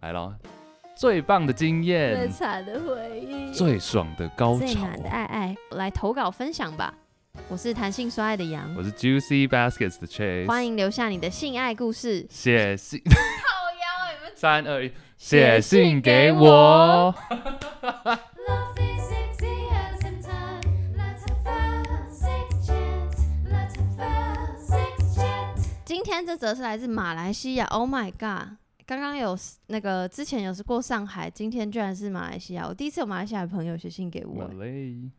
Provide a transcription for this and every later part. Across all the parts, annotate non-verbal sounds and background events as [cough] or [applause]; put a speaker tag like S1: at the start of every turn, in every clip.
S1: 来咯，最棒的经
S2: 最
S1: 验，
S2: 惨的回忆，
S1: 最爽的高
S3: 最
S1: 潮
S3: 暖。的爱爱，来投稿分享吧。我是弹性说爱的羊，
S1: 我是 Juicy Baskets 的 Chase，
S3: 欢迎留下你的性爱故事。
S1: 写信，
S2: 靠腰你们
S1: 三二一，写
S3: 写信
S1: 信
S3: 给
S1: 给
S3: 我
S1: 我。
S4: Love is easy as in time. Let's have a six chat. Let's have a six chat.
S3: 今天这则是来自马来西亚，Oh my god！刚刚有 s- 那个之前有是过上海，今天居然是马来西亚。我第一次有马来西亚的朋友写信给我
S1: 我
S3: 欸，
S1: 嘞，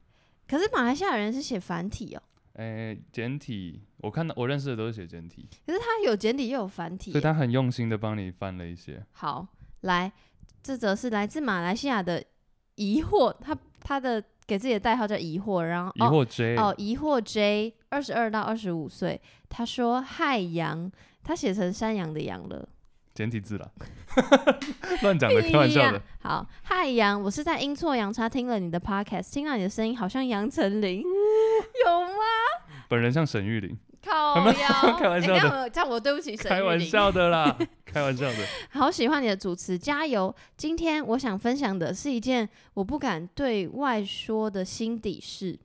S3: 可是马来西亚人是写繁体哦、
S1: 哎，简体，我看到我认识的都是写简体，
S3: 可是他有简体又有繁体
S1: 所
S3: 欸、
S1: 以他很用心的帮你翻了一些。
S3: 好，来，这则是来自马来西亚的疑惑，他他的给自己的代号叫疑惑，然后
S1: 疑惑 J，
S3: 哦，疑惑 J，二十二到二十五岁，他说：“嗨羊，他写成山羊的羊了。
S1: 简体字啦， [laughs] 乱讲的，开玩笑的。
S3: 好，嗨羊，我是在阴错阳差听了你的 podcast，听到你的声音好像杨丞琳，有吗？
S1: 本人像沈玉玲，
S3: 靠
S1: 没有
S3: 腰，
S1: [laughs] 开玩
S3: 诶
S1: 笑
S3: 那
S1: 的
S3: 我这样我对不起沈
S1: 开
S3: 玉
S1: 玩
S3: 玲
S1: 笑的
S3: [laughs]
S1: 啦，开玩笑的。
S3: 好喜欢你的主持，加油！今天我想分享的是一件我不敢对外说的心底事。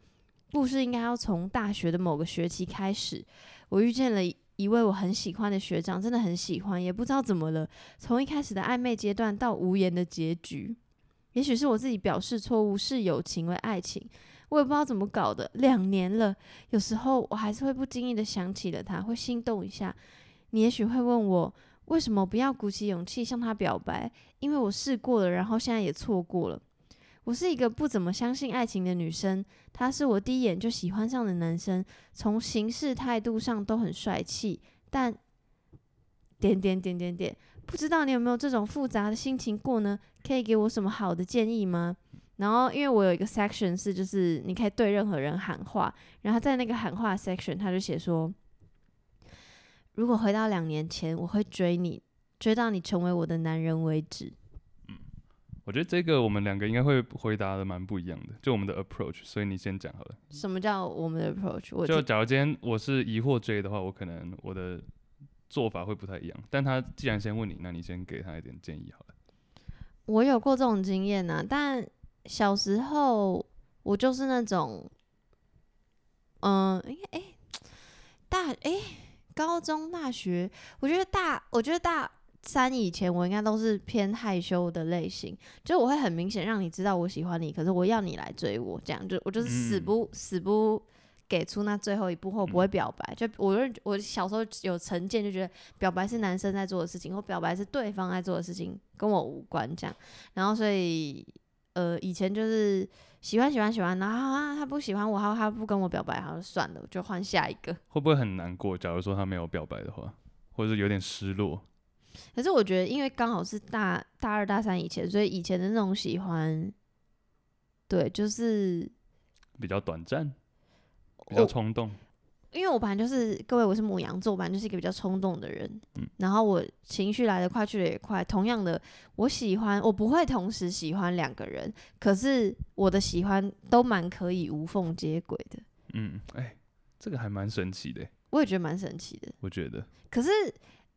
S3: 故事应该要从大学的某个学期开始。我遇见了一位我很喜欢的学长，真的很喜欢，也不知道怎么了，从一开始的暧昧阶段到无言的结局。也许是我自己表示错误，视友情为爱情，我也不知道怎么搞的。两年了，有时候我还是会不经意的想起了他，会心动一下。你也许会问我，为什么不要鼓起勇气向他表白？因为我试过了，然后现在也错过了。我是一个不怎么相信爱情的女生，他是我第一眼就喜欢上的男生，从行事态度上都很帅气，但点点点点点，不知道你有没有这种复杂的心情过呢？可以给我什么好的建议吗？然后，因为我有一个 section 是，就是你可以对任何人喊话，然后在那个喊话 section，他就写说，如果回到两年前，我会追你，追到你成为我的男人为止。
S1: 我觉得这个我们两个应该会回答的蛮不一样的，就我们的 approach，所以你先讲好了。
S3: 什么叫我们的 approach？我
S1: 就
S3: 听
S1: 假如今天我是疑惑 J 的话，我可能我的做法会不太一样。但他既然先问你，那你先给他一点建议好了。
S3: 我有过这种经验呐、但小时候我就是那种，嗯、应该哎，大哎、高中、大学，我觉得大，我觉得大三以前我应该都是偏害羞的类型，就我会很明显让你知道我喜欢你，可是我要你来追我，这样就我就是死
S1: 嗯
S3: 不、死不。给出那最后一步后不会表白，就我认我小时候有成见，就觉得表白是男生在做的事情，或表白是对方在做的事情，跟我无关这样。然后所以呃，以前就是喜欢喜欢喜欢，然后啊他不喜欢我，他他不跟我表白，然后算了，我就换下一个。 [laughs]
S1: 会不会很难过？假如说他没有表白的话，或者是有点失落，
S3: 可是我觉得，因为刚好是大大二大三以前，所以以前的那种喜欢，对，就是
S1: 比较短暂，比较
S3: 我
S1: 冲动。
S3: 因为我本来就是各位，我是母羊座，我本来就是一个比较冲动的人，
S1: 嗯
S3: 然后我情绪来得快，去得也快。同样的，我喜欢我不会同时喜欢两个人，可是我的喜欢都蛮可以无缝接轨的，
S1: 嗯，哎、这个还蛮神奇的，欸
S3: 我也觉得蛮神奇的。
S1: 我觉得。
S3: 可是，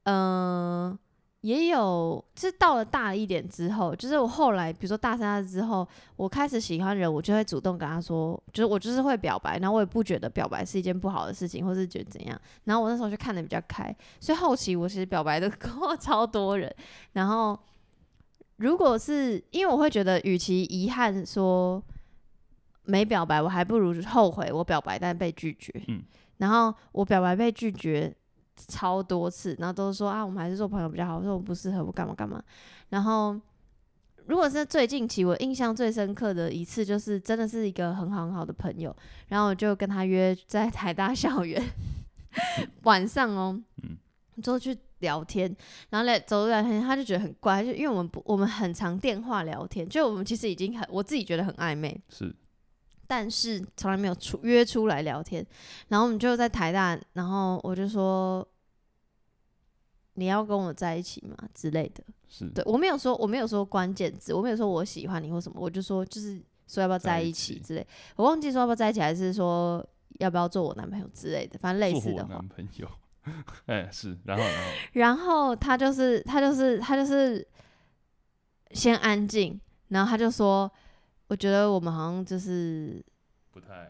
S3: 嗯、也有，是到了大一点之后，就是我后来，比如说大三之后，我开始喜欢人，我就会主动跟他说，就是我就是会表白，然后我也不觉得表白是一件不好的事情，或是觉得怎样。然后我那时候就看的比较开，所以后期我其实表白 [laughs] 的过超多人。然后，如果是因为我会觉得，与其遗憾说没表白，我还不如后悔我表白但被拒绝。
S1: 嗯
S3: 然后我表白被拒绝超多次，然后都说啊，我们还是做朋友比较好，我说我不适合，我干嘛干嘛。然后如果是最近期，我印象最深刻的一次，就是真的是一个很好很好的朋友，然后我就跟他约在台大校园 [laughs] 晚上哦，
S1: 嗯
S3: 就去聊天，然后嘞走路聊天，他就觉得很乖，就因为我们不我们很常电话聊天，就我们其实已经很我自己觉得很暧昧，
S1: 是，
S3: 但是从来没有出约出来聊天。然后我们就在台大，然后我就说你要跟我在一起吗之类的。
S1: 是
S3: 对我没有说我没有说关键字，我没有说我喜欢你或什么，我就说就是说要不要在
S1: 在一
S3: 一起
S1: 起
S3: 之类。我忘记说要不要在一起，还是说要不要做我男朋友之类的，反正类
S1: 做
S3: 似
S1: 我
S3: 的话
S1: 男。朋友。 [laughs] 哎、是，然后然后
S3: 然后他就是他就是他就是先安静，然后他就说，我觉得我们好像就是
S1: 不
S3: [laughs]
S1: 太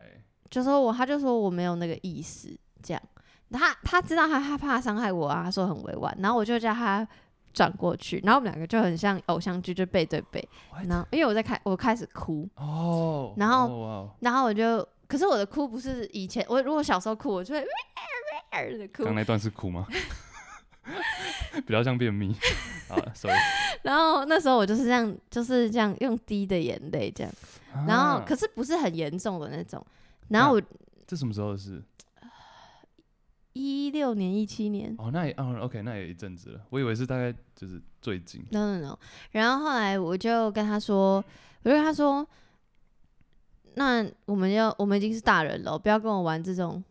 S3: 就说我，他就说我没有那个意思，这样。他他知道他他怕伤害我啊，他说很委婉，然后我就叫他转过去，然后我们两个就很像偶像剧，就背对背。
S1: What？
S3: 然后因为我在开，我开始哭，
S1: 哦。
S3: 然后
S1: 哦哇哦，
S3: 然后我就，可是我的哭不是以前我如果小时候哭，我就会 [laughs] 的哭，
S1: 刚那段是哭吗？ [laughs] 比较像便秘 [laughs] 啊，sorry。
S3: 然后那时候我就是这样，就是这样用滴的眼泪这样，然后
S1: 啊
S3: 可是不是很严重的那种。然后我
S1: 这什么时候的事？
S3: 一六年一七年
S1: 哦，那也哦，OK，那也一阵子了。我以为是大概就是最近。
S3: no no no。然后后来我就跟他说，我就跟他说，那我们要我们已经是大人了，不要跟我玩这种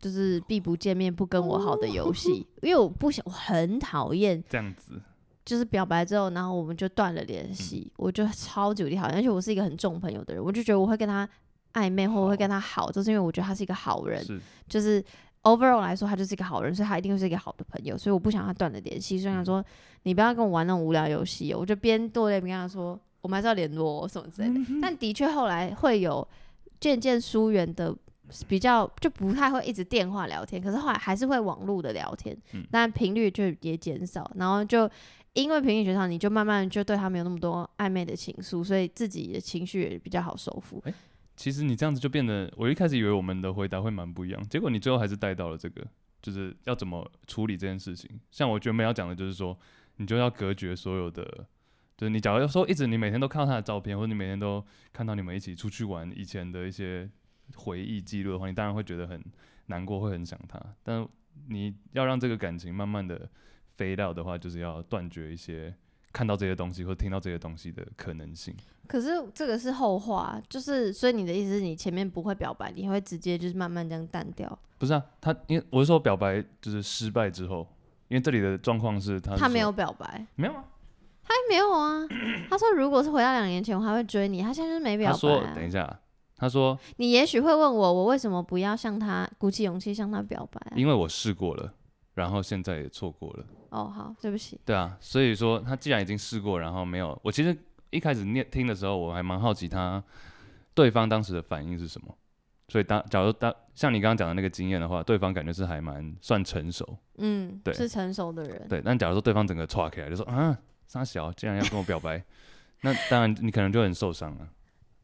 S3: 就是避不见面不跟我好的游戏，因为我不想，我很讨厌
S1: 这样子，
S3: 就是表白之后，然后我们就断了联系，我就超级无敌讨厌，而且我是一个很重朋友的人，我就觉得我会跟他暧昧或我会跟他好，就是因为我觉得他是一个好人，
S1: 是
S3: 就是 overall 来说，他就是一个好人，所以他一定会是一个好的朋友，所以我不想他断了联系，所以想说你不要跟我玩那种无聊游戏哦，我就边落泪边跟他说，我们还是要联络、哦、什么之类的。但的确后来会有渐渐疏远的。比较就不太会一直电话聊天，可是后来还是会网络的聊天，
S1: 嗯
S3: 但频率就也减少，然后就因为频率减少，你就慢慢就对他没有那么多暧昧的情愫，所以自己的情绪也比较好收服。
S1: 其实你这样子就变得，我一开始以为我们的回答会蛮不一样，结果你最后还是带到了这个，就是要怎么处理这件事情。像我原本要讲的就是说，你就要隔绝所有的， [laughs] 就是你假如说一直你每天都看到他的照片，或者你每天都看到你们一起出去玩以前的一些回忆记录的话，你当然会觉得很难过，会很想他。但你要让这个感情慢慢的飞掉的话，就是要断绝一些看到这些东西或听到这些东西的可能性。
S3: 可是这个是后话，就是所以你的意思是你前面不会表白，你会直接就是慢慢这样淡掉。
S1: 不是啊，他因为我是说表白就是失败之后，因为这里的状况是他是
S3: 他没
S1: 说
S3: 有表白，
S1: 没有啊，
S3: 他没有啊。他说如果是回到两年前，我还会追你。他现在就是没表
S1: 他
S3: 白、
S1: 说
S3: 啊
S1: 等。一下啊，他说
S3: 你也许会问我，我为什么不要向他鼓起勇气向他表白啊、
S1: 因为我试过了，然后现在也错过了，
S3: 哦，好，对不起。
S1: 对啊，所以说他既然已经试过，然后没有，我其实一开始念听的时候我还蛮好奇他对方当时的反应是什么，所以当假如当像你刚刚讲的那个经验的话，对方感觉是还蛮算成熟，
S3: 嗯
S1: 对，
S3: 是成熟的人。
S1: 对，但假如说对方整个岔开来，就说啊，傻小，竟然要跟我表白， [laughs] 那当然你可能就很受伤了。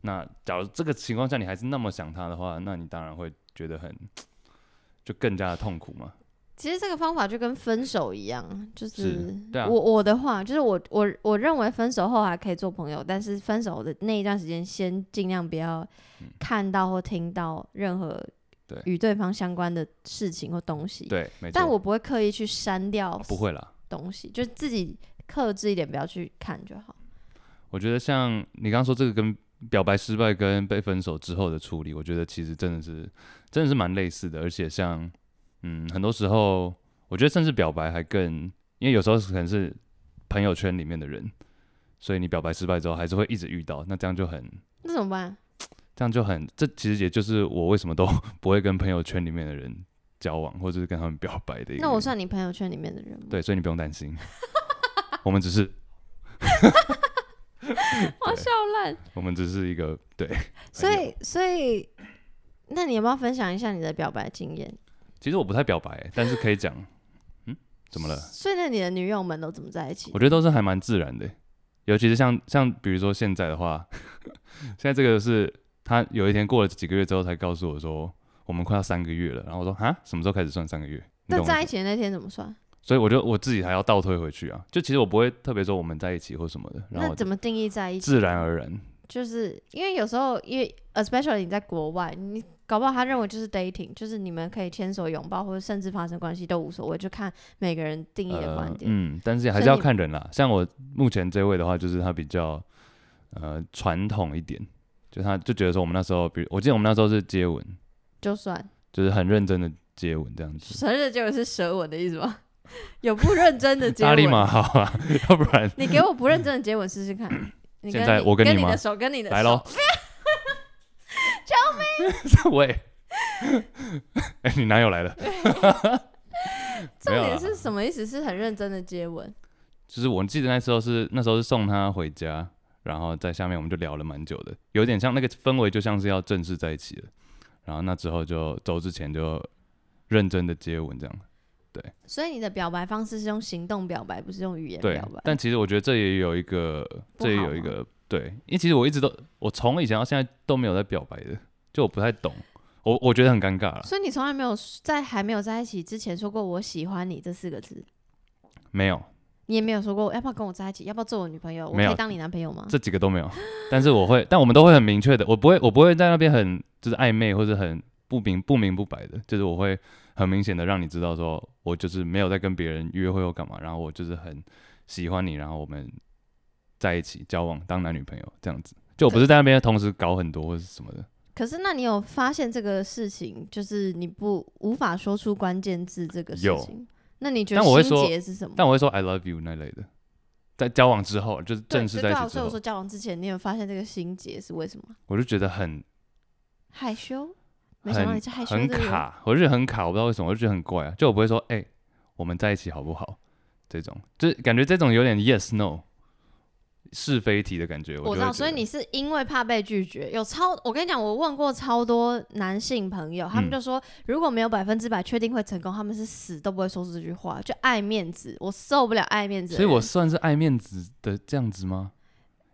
S1: 那假如这个情况下你还是那么想他的话，那你当然会觉得很，就更加的痛苦嘛。
S3: 其实这个方法就跟分手一样，就是
S1: 是对啊
S3: 我我的话，就是我我我认为分手后还可以做朋友，但是分手的那一段时间，先尽量不要看到或听到任何
S1: 嗯对
S3: 与对方相关的事情或东西。，
S1: 对，没错。哦
S3: 但我不会刻意去删掉
S1: 不会啦，
S3: 东西，就自己克制一点，不要去看就好。
S1: 我觉得像你刚刚说这个跟表白失败跟被分手之后的处理，我觉得其实真的是真的是蛮类似的，而且像嗯，很多时候我觉得甚至表白还更，因为有时候可能是朋友圈里面的人，所以你表白失败之后还是会一直遇到，那这样就很
S3: 那怎么办？
S1: 这样就很，这其实也就是我为什么都 [laughs] 不会跟朋友圈里面的人交往，或者是跟他们表白的一个原因。
S3: 那我算你朋友圈里面的人吗？
S1: 嗯对，所以你不用担心，我们只是
S3: 我笑烂。
S1: 我们只是一个对。
S3: 所以所以，那你有没有分享一下你的表白经验？
S1: 其实我不太表白、但是可以讲，嗯，怎么了？
S3: 所以那你的女友们都怎么在一起
S1: 我？觉得都是还蛮自然的、尤其是像像比如说现在的话， [laughs] 现在这个是他有一天过了几个月之后才告诉我说，我们快要三个月了。然后我说啊，什么时候开始算三个月？你
S3: 那
S1: 懂我
S3: 在
S1: 意
S3: 一
S1: 思
S3: 起的那天怎么算？
S1: 所以我就我自己还要倒退回去啊。就其实我不会特别说我们在一起或什么的，然后
S3: 那
S1: 我
S3: 怎么定义在一起？
S1: 自然而然。
S3: 就是因为有时候，因为 especially 你在国外，你搞不好他认为就是 dating，就是你们可以牵手、拥抱，或者甚至发生关系都无所谓，就看每个人定义的观点。
S1: 呃嗯，但是还
S3: 所以
S1: 是要
S3: 你
S1: 看人啦。像我目前这位的话，就是他比较呃传统一点，就他就觉得说我们那时候，比如我记得我们那时候是接吻，
S3: 就算 [laughs]
S1: 就是很认真的接吻这样子。
S3: 舌认就是舌吻的意思吗？ [laughs] 有不认真的
S1: [laughs]
S3: 接
S1: 大力马
S3: 吻，
S1: 好啊，要不然
S3: [laughs] 你给我不认真的接吻试试
S1: [clears throat]
S3: 看。你跟
S1: 现在
S3: 你
S1: 我跟
S3: 跟
S1: 你
S3: 的
S1: 吗
S3: 手跟你的
S1: 来
S3: 手 [laughs]
S1: 喽，救命！ [laughs] 喂，哎、你男友来了，没
S3: 重
S1: 有啦
S3: 点是什么意思？是很认真的接吻，
S1: 就是我记得那时候是那时候是送他回家，然后在下面我们就聊了蛮久的，有点像那个氛围就像是要正式在一起了。然后那之后就走之前就认真的接吻这样，
S3: 所以你的表白方式是用行动表白，不是用语言
S1: 对
S3: 表白。。
S1: 但其实我觉得这也有一个，
S3: 不
S1: 这也
S3: 好
S1: 有一
S3: 吗
S1: 个对，因为其实我一直都我从以前到现在都没有在表白的，就我不太懂，我我觉得很尴尬了。
S3: 所以你从来没有在还没有在一起之前说过“我喜欢你”这四个字，
S1: 没有
S3: 你也没有说过要不要跟我在一起，要不要做我女朋友，我
S1: 没
S3: 可
S1: 有
S3: 以当你男朋友吗？
S1: 这几个都没有，但是我会，但我们都会很明确的，我不会，我不会在那边很就是暧昧或者很不明不明不白的，就是我会很明显的让你知道说，我就是没有在跟别人约会或干嘛，然后我就是很喜欢你，然后我们在一起交往当男女朋友这样子，就我不是在那边同时搞很多或是什么的，
S3: 可是那你有发现这个事情，就是你不无法说出关键字这个事
S1: 有
S3: 情，那你觉
S1: 但我会
S3: 得心
S1: 说
S3: 结是什么？
S1: 但我会说 I love you 那类的，在交往之后就是
S3: 对
S1: 正式
S3: 对
S1: 在一
S3: 对啊
S1: 起之
S3: 所以我说
S1: 后，
S3: 交往之前，你有发现这个心结是为什么？
S1: 我就觉得很
S3: 害羞？没想到
S1: 很
S3: 你是害羞
S1: 很
S3: 的人。
S1: 卡，我就觉得很卡，我不知道为什么，我就觉得很怪啊。就我不会说，哎、我们在一起好不好？这种就是感觉这种有点 yes no 是非题的感觉。就
S3: 我知
S1: 会
S3: 道，
S1: 觉
S3: 所以
S1: 得
S3: 你是因为怕被拒绝，有超我跟你讲，我问过超多男性朋友，他们
S1: 嗯
S3: 就说、如果没有百分之百确定会成功，他们是死都不会说出这句话，就爱面子，我受不了爱面子的
S1: 所以
S3: 人。
S1: 我算是爱面子的这样子吗？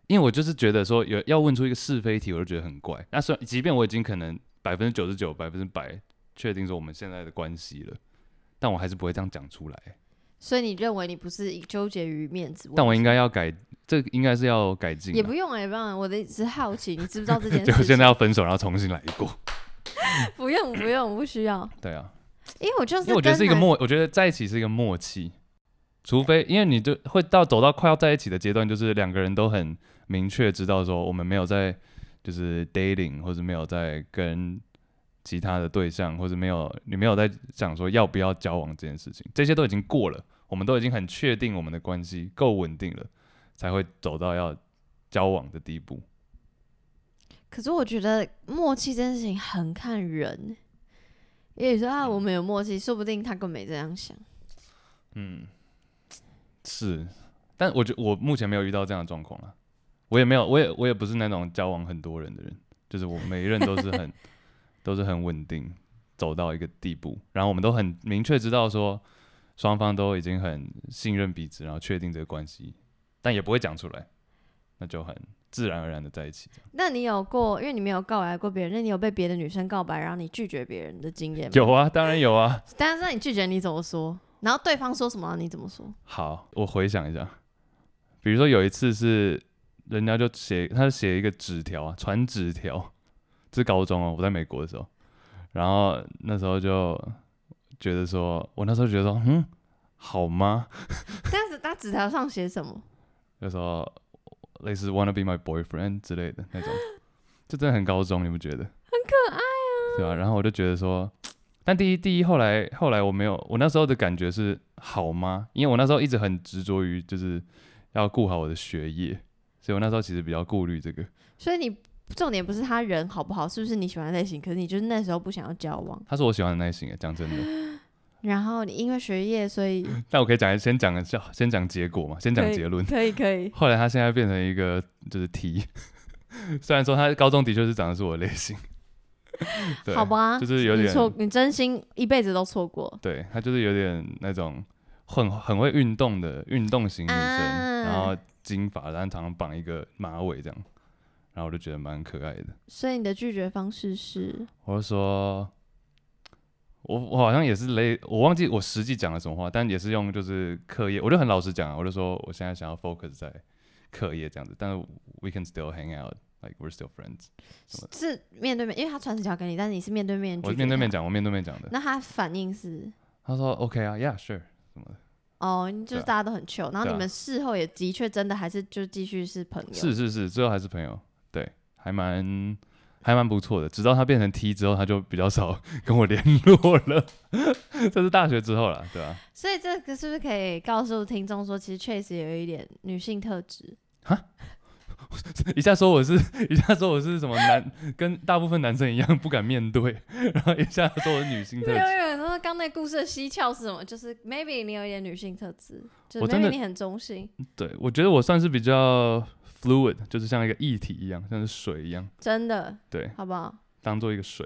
S1: 因为我就是觉得说有要问出一个是非题，我就觉得很怪。那虽然即便我已经可能百分之九十九、百分之百确定说我们现在的关系了，但我还是不会这样讲出来。
S3: 所以你认为你不是纠结于面子问题？
S1: 但我应该要改，这个应该是要改进啊。
S3: 也不用哎、欸，不然我的只是好奇，你知不知道
S1: [laughs]
S3: 这件事
S1: 就
S3: 情？
S1: 现在要分手，然后重新来过。
S3: 不用不用不需
S1: [laughs]
S3: 要，
S1: 对啊。
S3: 因为我就是
S1: 因为我觉得
S3: 跟
S1: 是一个
S3: 男
S1: 默，我觉得在一起是一个默契，除非因为你就会到走到快要在一起的阶段，就是两个人都很明确知道说我们没有在就是 dating 或者没有在跟其他的对象，或者没有你没有在想说要不要交往这件事情，这些都已经过了，我们都已经很确定我们的关系够稳定了，才会走到要交往的地步。
S3: 可是我觉得默契这件事情很看人，因为你说啊，我们有默契，说不定他根本没这样想。
S1: 嗯，是，但我觉我目前没有遇到这样的状况啊，我也没有，我也我也不是那种交往很多人的人，就是我每一任都是很都是很稳定，走到一个地步，然后我们都很明确知道说双方都已经很信任彼此，然后确定这个关系，但也不会讲出来，那就很自然而然的在一起这样。
S3: 那你有过，因为你没有告白过别人，那你有被别的女生告白，然后你拒绝别人的经验吗？
S1: 有啊，当然有啊。
S3: 但是那你拒绝你怎么说？然后对方说什么，你怎么说？
S1: 好，我回想一下，比如说有一次是人家就写，他写一个纸条啊，传纸条，这是高中哦，我在美国的时候，然后那时候就觉得说，我那时候觉得说，嗯，好吗？
S3: 但是他纸条上写什么？
S1: 就说类似 wanna be my boyfriend 之类的那
S3: [gasps]
S1: 种，就真的很高中，你不觉得？很
S3: 可爱
S1: 爱啊，对吧、然后我就觉得说，但第一第一后来后来我没有，我那时候的感觉是好吗？因为我那时候一直很执着于就是要顾好我的学业，所以我那时候其实比较顾虑这个。
S3: 所以你重点不是他人好不好，是不是你喜欢的类型？可是你就是那时候不想要交往，
S1: 他是我喜欢的类型，讲真
S3: [laughs]
S1: 的。
S3: 然后你因为学业，所以 [laughs]
S1: 但我可以讲先讲先先讲结果嘛，先讲
S3: 可以
S1: 结论。
S3: 可以可以。
S1: 后来他现在变成一个就是题， [laughs] 虽然说他高中的确是长得是我的类型， [laughs] 对
S3: 好吧
S1: 就是有
S3: 你
S1: 点
S3: 错，你真心一辈子都错过。
S1: 对，她就是有点那种很很会运动的运动型女生，然
S3: 啊
S1: 后金发，然后常常绑一个马尾这样，然后我就觉得蛮可爱的。
S3: 所以你的拒绝方式是，
S1: 我就说，我我好像也是类，我忘记我实际讲了什么话，但也是用就是课业，我就很老实讲啊，我就说我现在想要 focus 在课业这样子，但是 we can still hang out。Like we're still friends。
S3: 是面对面，因为他传纸条给你，但是你是面对面拒
S1: 我
S3: 绝。
S1: 面对面。讲，我面对面讲的。
S3: 那他反应是，
S1: 他说 OK 啊，Yeah sure。
S3: 哦，你就
S1: 对
S3: 是
S1: 啊
S3: 大家都很 chill，然后
S1: 对啊
S3: 你们事后也的确真的还是就继续是朋友。
S1: 是，是是，最后还是朋友，对，还蛮还蛮不错的。直到他变成 T 之后，他就比较少 [laughs] 跟我联络了。 [laughs] 这是大学之后了，对啊吧、
S3: 所以这个是不是可以告诉听众说，其实确实有一点女性特质？
S1: 一下说我是，一下说我是什么男，跟大部分男生一样不敢面对， [laughs] 然后一下说我是女性特
S3: 没有
S1: 质。
S3: 人说刚那故事的蹊跷是什么？就是 maybe 你有一点女性特质，就
S1: 我
S3: 是
S1: 真的
S3: maybe 你很中性，
S1: 对，我觉得我算是比较 fluid，就是像一个液体一样，像是水一样，
S3: 真的
S1: 对，
S3: 好不好？
S1: 当做一个水。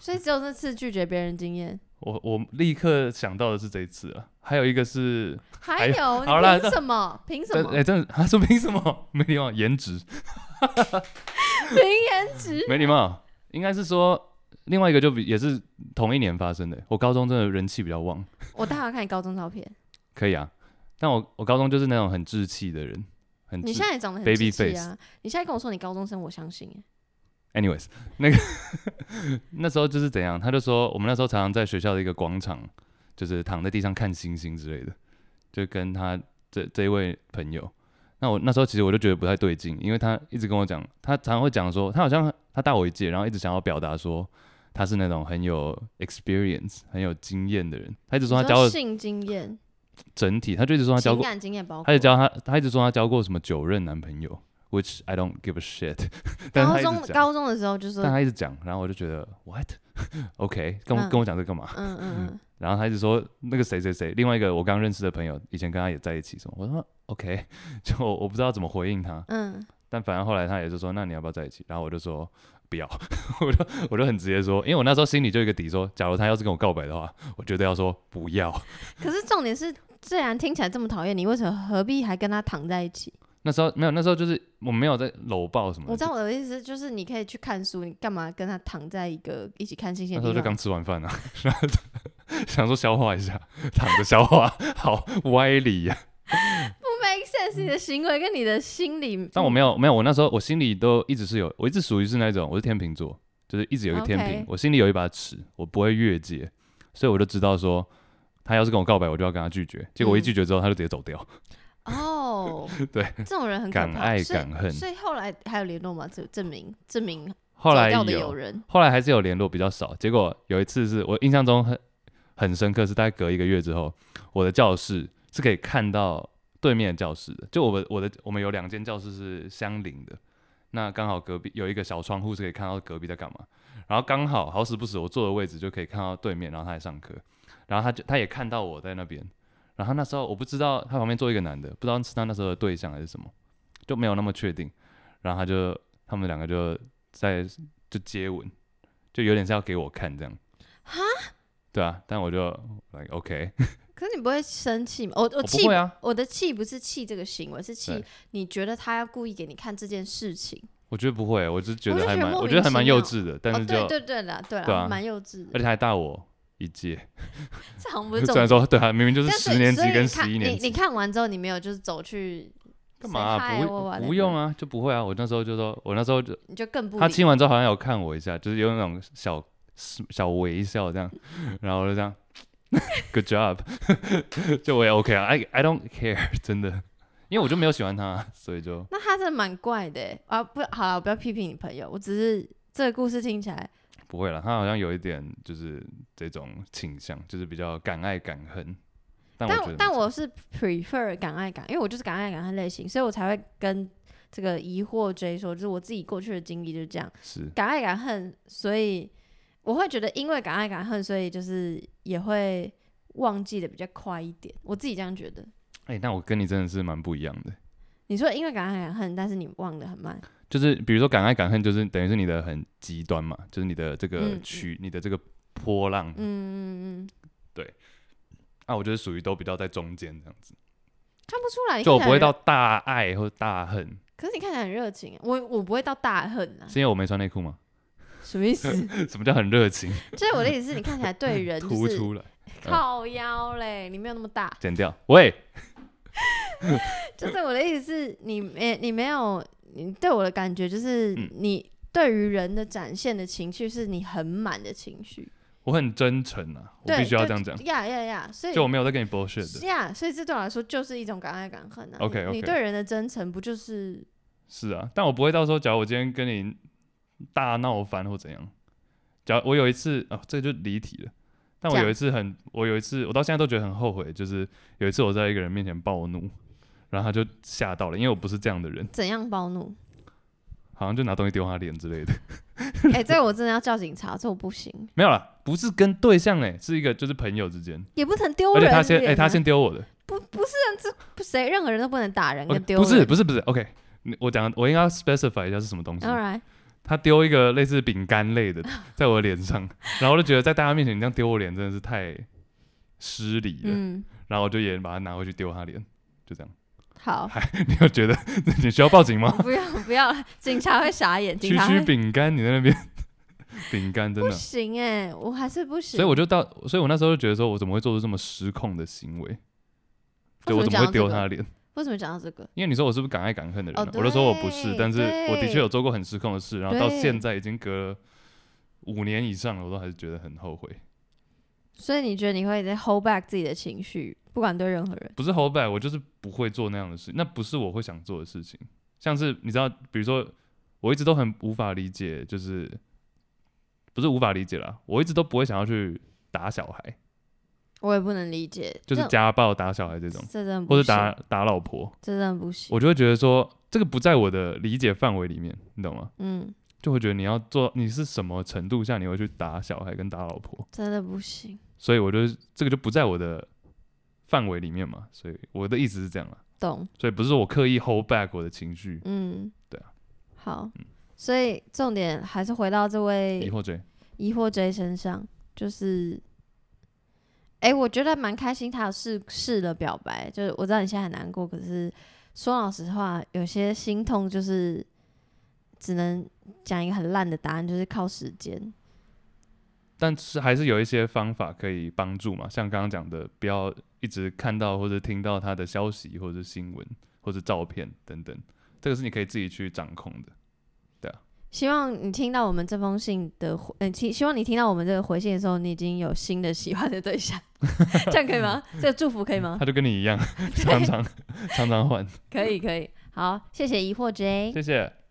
S3: 所以只有那次拒绝别人
S1: [laughs]
S3: 经验，
S1: 我我立刻想到的是这一次啊，还有一个是，
S3: 还有
S1: 哎好啦
S3: 你凭什么？凭什
S1: 真
S3: 么？
S1: 哎、真的，他说凭什么？ [laughs] 没礼貌，颜值，
S3: 凭颜值？
S1: [laughs] 没礼貌，应该是说另外一个就比也是同一年发生的。我高中真的人气比较旺，
S3: 我待会要看你高中照
S1: [laughs]
S3: 片，
S1: 可以啊。但我我高中就是那种很稚气的人，很
S3: 你
S1: 稚
S3: 现在也长得很
S1: Baby
S3: 稚气啊！你现在跟我说你高中生，我相信耶。
S1: Anyways，那个 [laughs] 那时候就是怎样，他就说我们那时候常常在学校的一个广场，就是躺在地上看星星之类的，就跟他这这一位朋友。那我那时候其实我就觉得不太对劲，因为他一直跟我讲，他常常会讲说，他好像他大我一届，然后一直想要表达说他是那种很有 experience、很有经验的人。他一直说他
S3: 你
S1: 教了
S3: 性经验、
S1: 整体，他就一直说他教
S3: 情
S1: 过，
S3: 感哦经验包括，
S1: 他就教他，他一直说他交过什么九任男朋友，which I don't give a shit 。 [laughs] 但是他一
S3: 高
S1: 直
S3: 中
S1: 讲。
S3: 高中的时候就说，
S1: 但
S3: 嗯
S1: 他一直讲，然后我就觉得 what [laughs] OK，跟我、
S3: 嗯
S1: 跟我讲这干嘛？
S3: 嗯嗯，
S1: 然后他一直说那个谁谁谁，另外一个我刚认识的朋友，以前跟他也在一起什么，我说 OK，就 [laughs] 我我不知道怎么回应他，
S3: 嗯，
S1: 但反正后来他也是说那你要不要在一起？然后我就说不要， [laughs] 我就我就很直接说，因为我那时候心里就有一个底说，假如他要是跟我告白的话，我绝对要说不要。
S3: 可是重点是，既然听起来这么讨厌，你为什么何必还跟他躺在一起？
S1: 那时候没有，那时候就是我没有在搂抱什么的，
S3: 我知道我的意思就是，你可以去看书，你干嘛跟他躺在一个一起看星星
S1: 那
S3: 的
S1: 时候就刚？
S3: 地方
S1: 吃完饭啊， [laughs] 然后就想说消化一下，躺着消化， [laughs] 好歪理呀、啊
S3: 不 make sense，你的行为跟你的心理。
S1: 嗯但我没
S3: 有，
S1: 有没有，我那时候我心里都一直是有，我一直属于是那种我是天秤座，就是一直有一个天平
S3: OK
S1: 我心里有一把尺，我不会越界，所以我就知道说他要是跟我告白，我就要跟他拒绝。结果我一
S3: 嗯
S1: 拒绝之后，他就直接走掉，
S3: 哦，
S1: [laughs] 对，
S3: 这种人很可
S1: 敢
S3: 怕。
S1: 爱
S3: 所以
S1: 敢恨。
S3: 所以后来还有联络吗？证证明证明
S1: 后来
S3: 走掉的有
S1: 有，
S3: 人，
S1: 后来还是有联络，比较少。结果有一次是我印象中很很深刻，是大概隔一个月之后，我的教室是可以看到对面的教室的，就我们我的我们有两间教室是相邻的，那刚好隔壁有一个小窗户是可以看到隔壁在干嘛，然后刚好好死不死我坐的位置就可以看到对面，然后他在上课，然后他就他也看到我在那边，然后那时候我不知道他旁边坐一个男的，不知道是他那时候的对象还是什么，就没有那么确定，然后他就他们两个就在就接吻，就有点是要给我看这样，
S3: 哈，
S1: 对啊，但我就 like OK，
S3: 可是你不会生气吗？我我
S1: 我不
S3: 气
S1: 会啊，
S3: 我的气不是气这个行为，是气
S1: 对
S3: 你觉得他要故意给你看这件事情。
S1: 我觉得不会，我只是觉
S3: 我
S1: 得
S3: 就
S1: 还
S3: 觉得
S1: 蛮，
S3: 莫
S1: 我
S3: 名
S1: 觉得还
S3: 其
S1: 蛮幼
S3: 妙
S1: 稚的，但
S3: 哦，
S1: 是就、
S3: 对对对啦，对
S1: 对
S3: 啦，
S1: 啊
S3: 蛮、幼稚
S1: 而
S3: 的，
S1: 且还大我一届，
S3: 这好像不是
S1: [laughs]
S3: 重
S1: 虽然
S3: 点。
S1: 说对啊，明明就是
S3: 但
S1: 十年级
S3: 所以你
S1: 跟
S3: 看
S1: 十一年
S3: 你你
S1: 级，
S3: 看完之后，你没有就是走去
S1: 干嘛啊、
S3: say hi 或
S1: 不
S3: whatever
S1: 会不用啊，就不会啊，我那时候就说，我那时候就
S3: 你就更不
S1: 他
S3: 理。
S1: 亲完之后好像有看我一下，就是有那种小小微笑这样，然后我就这样，Good job，就我也 OK 啊，I I don't care，真的，因为我就没有喜欢他，啊所以就
S3: 那他真的蛮怪的欸啊！不，好了，我不要批评你朋友，我只是这个故事听起来，
S1: 不会了。他好像有一点就是这种倾向，就是比较敢爱敢恨。但我
S3: 但
S1: 觉得
S3: 但
S1: 没
S3: 我是 prefer 敢爱敢，因为我就是敢爱敢恨类型，所以我才会跟这个疑惑 J 说，就是我自己过去的经历就是这样，
S1: 差是
S3: 敢爱敢恨，所以我会觉得，因为敢爱敢恨，所以就是也会忘记的比较快一点，我自己这样觉得。
S1: 哎、那我跟你真的是蛮不一样的。
S3: 你说因为敢爱敢恨，但是你忘得很慢，
S1: 就是比如说敢爱敢恨，就是等于是你的很极端嘛，就是你的这个
S3: 嗯
S1: 曲，你的这个波浪、
S3: 嗯嗯嗯，
S1: 啊，我觉得属于都比较在中间这样子，
S3: 看不出来，你
S1: 就我
S3: 看
S1: 不
S3: 起
S1: 会到
S3: 来很热，
S1: 大爱或大恨，
S3: 可是你看起来很热情，啊我我不会到大恨啊，
S1: 是因为我没穿内裤吗？
S3: 什么意思？ [laughs]
S1: [laughs] 什么叫很热情？
S3: 就是我的意思是你看起来对人
S1: 嗯突
S3: [laughs] 就是
S1: 出来，
S3: 靠腰嘞，你没有那么大，
S1: 剪掉。喂，
S3: 就是我的意思是你没你没有，你对我的感觉就是
S1: 嗯
S3: 你对于人的展现的情绪是你很满的情绪，
S1: 我很真诚啊，我
S3: 对
S1: 必须要
S3: 对
S1: 这样讲，
S3: 呀呀呀，所以
S1: 就我没有在跟你 bullshit 的。
S3: 呀所以这对我来说就是一种敢爱敢恨啊。你
S1: OK，OK
S3: 你对人的真诚不就是？
S1: 是啊，但我不会到时候，假如我今天跟你大闹翻或怎样，假如我有一次哦，这就离题了。但我
S3: 这样
S1: 有一次很，我有一次，我到现在都觉得很后悔，就是有一次我在一个人面前暴怒，然后他就吓到了，因为我不是这样的人，
S3: 怎样暴怒？
S1: 好像就拿东西丢他脸之类的。 [laughs]
S3: 哎、这个我真的要叫警察，这我不行，
S1: 没有啦，不是跟对象哎、是一个就是朋友之间，
S3: 也不能丢
S1: 而
S3: 人
S1: 且
S3: 脸啊、
S1: 他先哎、他先丢我的，
S3: 不不是啊这不谁任何人都不能打人
S1: 我
S3: 跟丢
S1: 不是
S3: 人
S1: 不是不是，OK，你我讲我应该要 specify 一下是什么东西。
S3: 当然
S1: 他丢一个类似饼干类
S3: [laughs]
S1: 的在我的脸上，然后我就觉得在大家面前你这样丢我脸真的是太失礼了，
S3: 嗯
S1: 然后我就也把它拿回去丢他脸，就这样。，
S3: 好
S1: [laughs] 你有觉得你需要报警吗？
S3: 不要不要，警察会傻眼，警
S1: 区
S3: 察
S1: 区
S3: 会
S1: 饼干，你在那边 [laughs] 饼干真
S3: 不
S1: 的，
S3: 行哎、我还是不行，
S1: 所以我就到，所以我那时候就觉得说我怎么会做出这么失控的行为？就我
S3: 为什么
S1: 怎么
S3: 讲
S1: 会
S3: 到
S1: 丢
S3: 这个
S1: 他的脸？
S3: 为什么讲到这个？
S1: 因为你说我是不是敢爱敢恨的人、
S3: 哦
S1: 啊，我就说我不
S3: 对
S1: 是，但是我的确有做过很失控的事，然后到
S3: 对
S1: 现在已经隔了五年以上了，我都还是觉得很后悔。
S3: 所以你觉得你会在 hold back 自己的情绪，不管对任何人？
S1: 不是 hold back，我就是不会做那样的事，那不是我会想做的事情。像是你知道，比如说，我一直都很无法理解，就是不是无法理解啦，我一直都不会想要去打小孩，
S3: 我也不能理解，
S1: 就是
S3: 这
S1: 家暴打小孩这
S3: 这
S1: 种，
S3: 真的不
S1: 或者
S3: 行
S1: 打打老婆，
S3: 这真的不行。
S1: 我就会觉得说这个不在我的理解范围里面，你懂吗？
S3: 嗯，
S1: 就会觉得你要做你是什么程度下你会去打小孩跟打老婆，
S3: 真的不行，
S1: 所以我就是这个就不在我的范围里面嘛，所以我的意思是这样啦。
S3: 懂？
S1: 所以不是我刻意 hold back 我的情绪，
S3: 嗯，
S1: 对啊。
S3: 好，所以重点还是回到
S1: 疑
S3: 这位
S1: 惑者
S3: 疑惑 J 身上，就是，哎、我觉得蛮开心，他有试试了表白，就是我知道你现在很难过，可是说老实话，有些心痛就是只能讲一个很烂的答案，就是靠时间。
S1: 但是还是有一些方法可以帮助嘛，像刚刚讲的，不要一直看到或者听到他的消息或者是新闻或者照片等等，这个是你可以自己去掌控的。
S3: 希望你听到我们这封信的回，嗯、希希望你听到我们这个回信的时候，你已经有新的喜欢的对象， [laughs] 这样可以吗？这个祝福可以吗？
S1: 他就跟 [laughs] 你一样，常常常常换，
S3: 可以，可以。好，谢谢疑惑 J。
S1: 谢谢。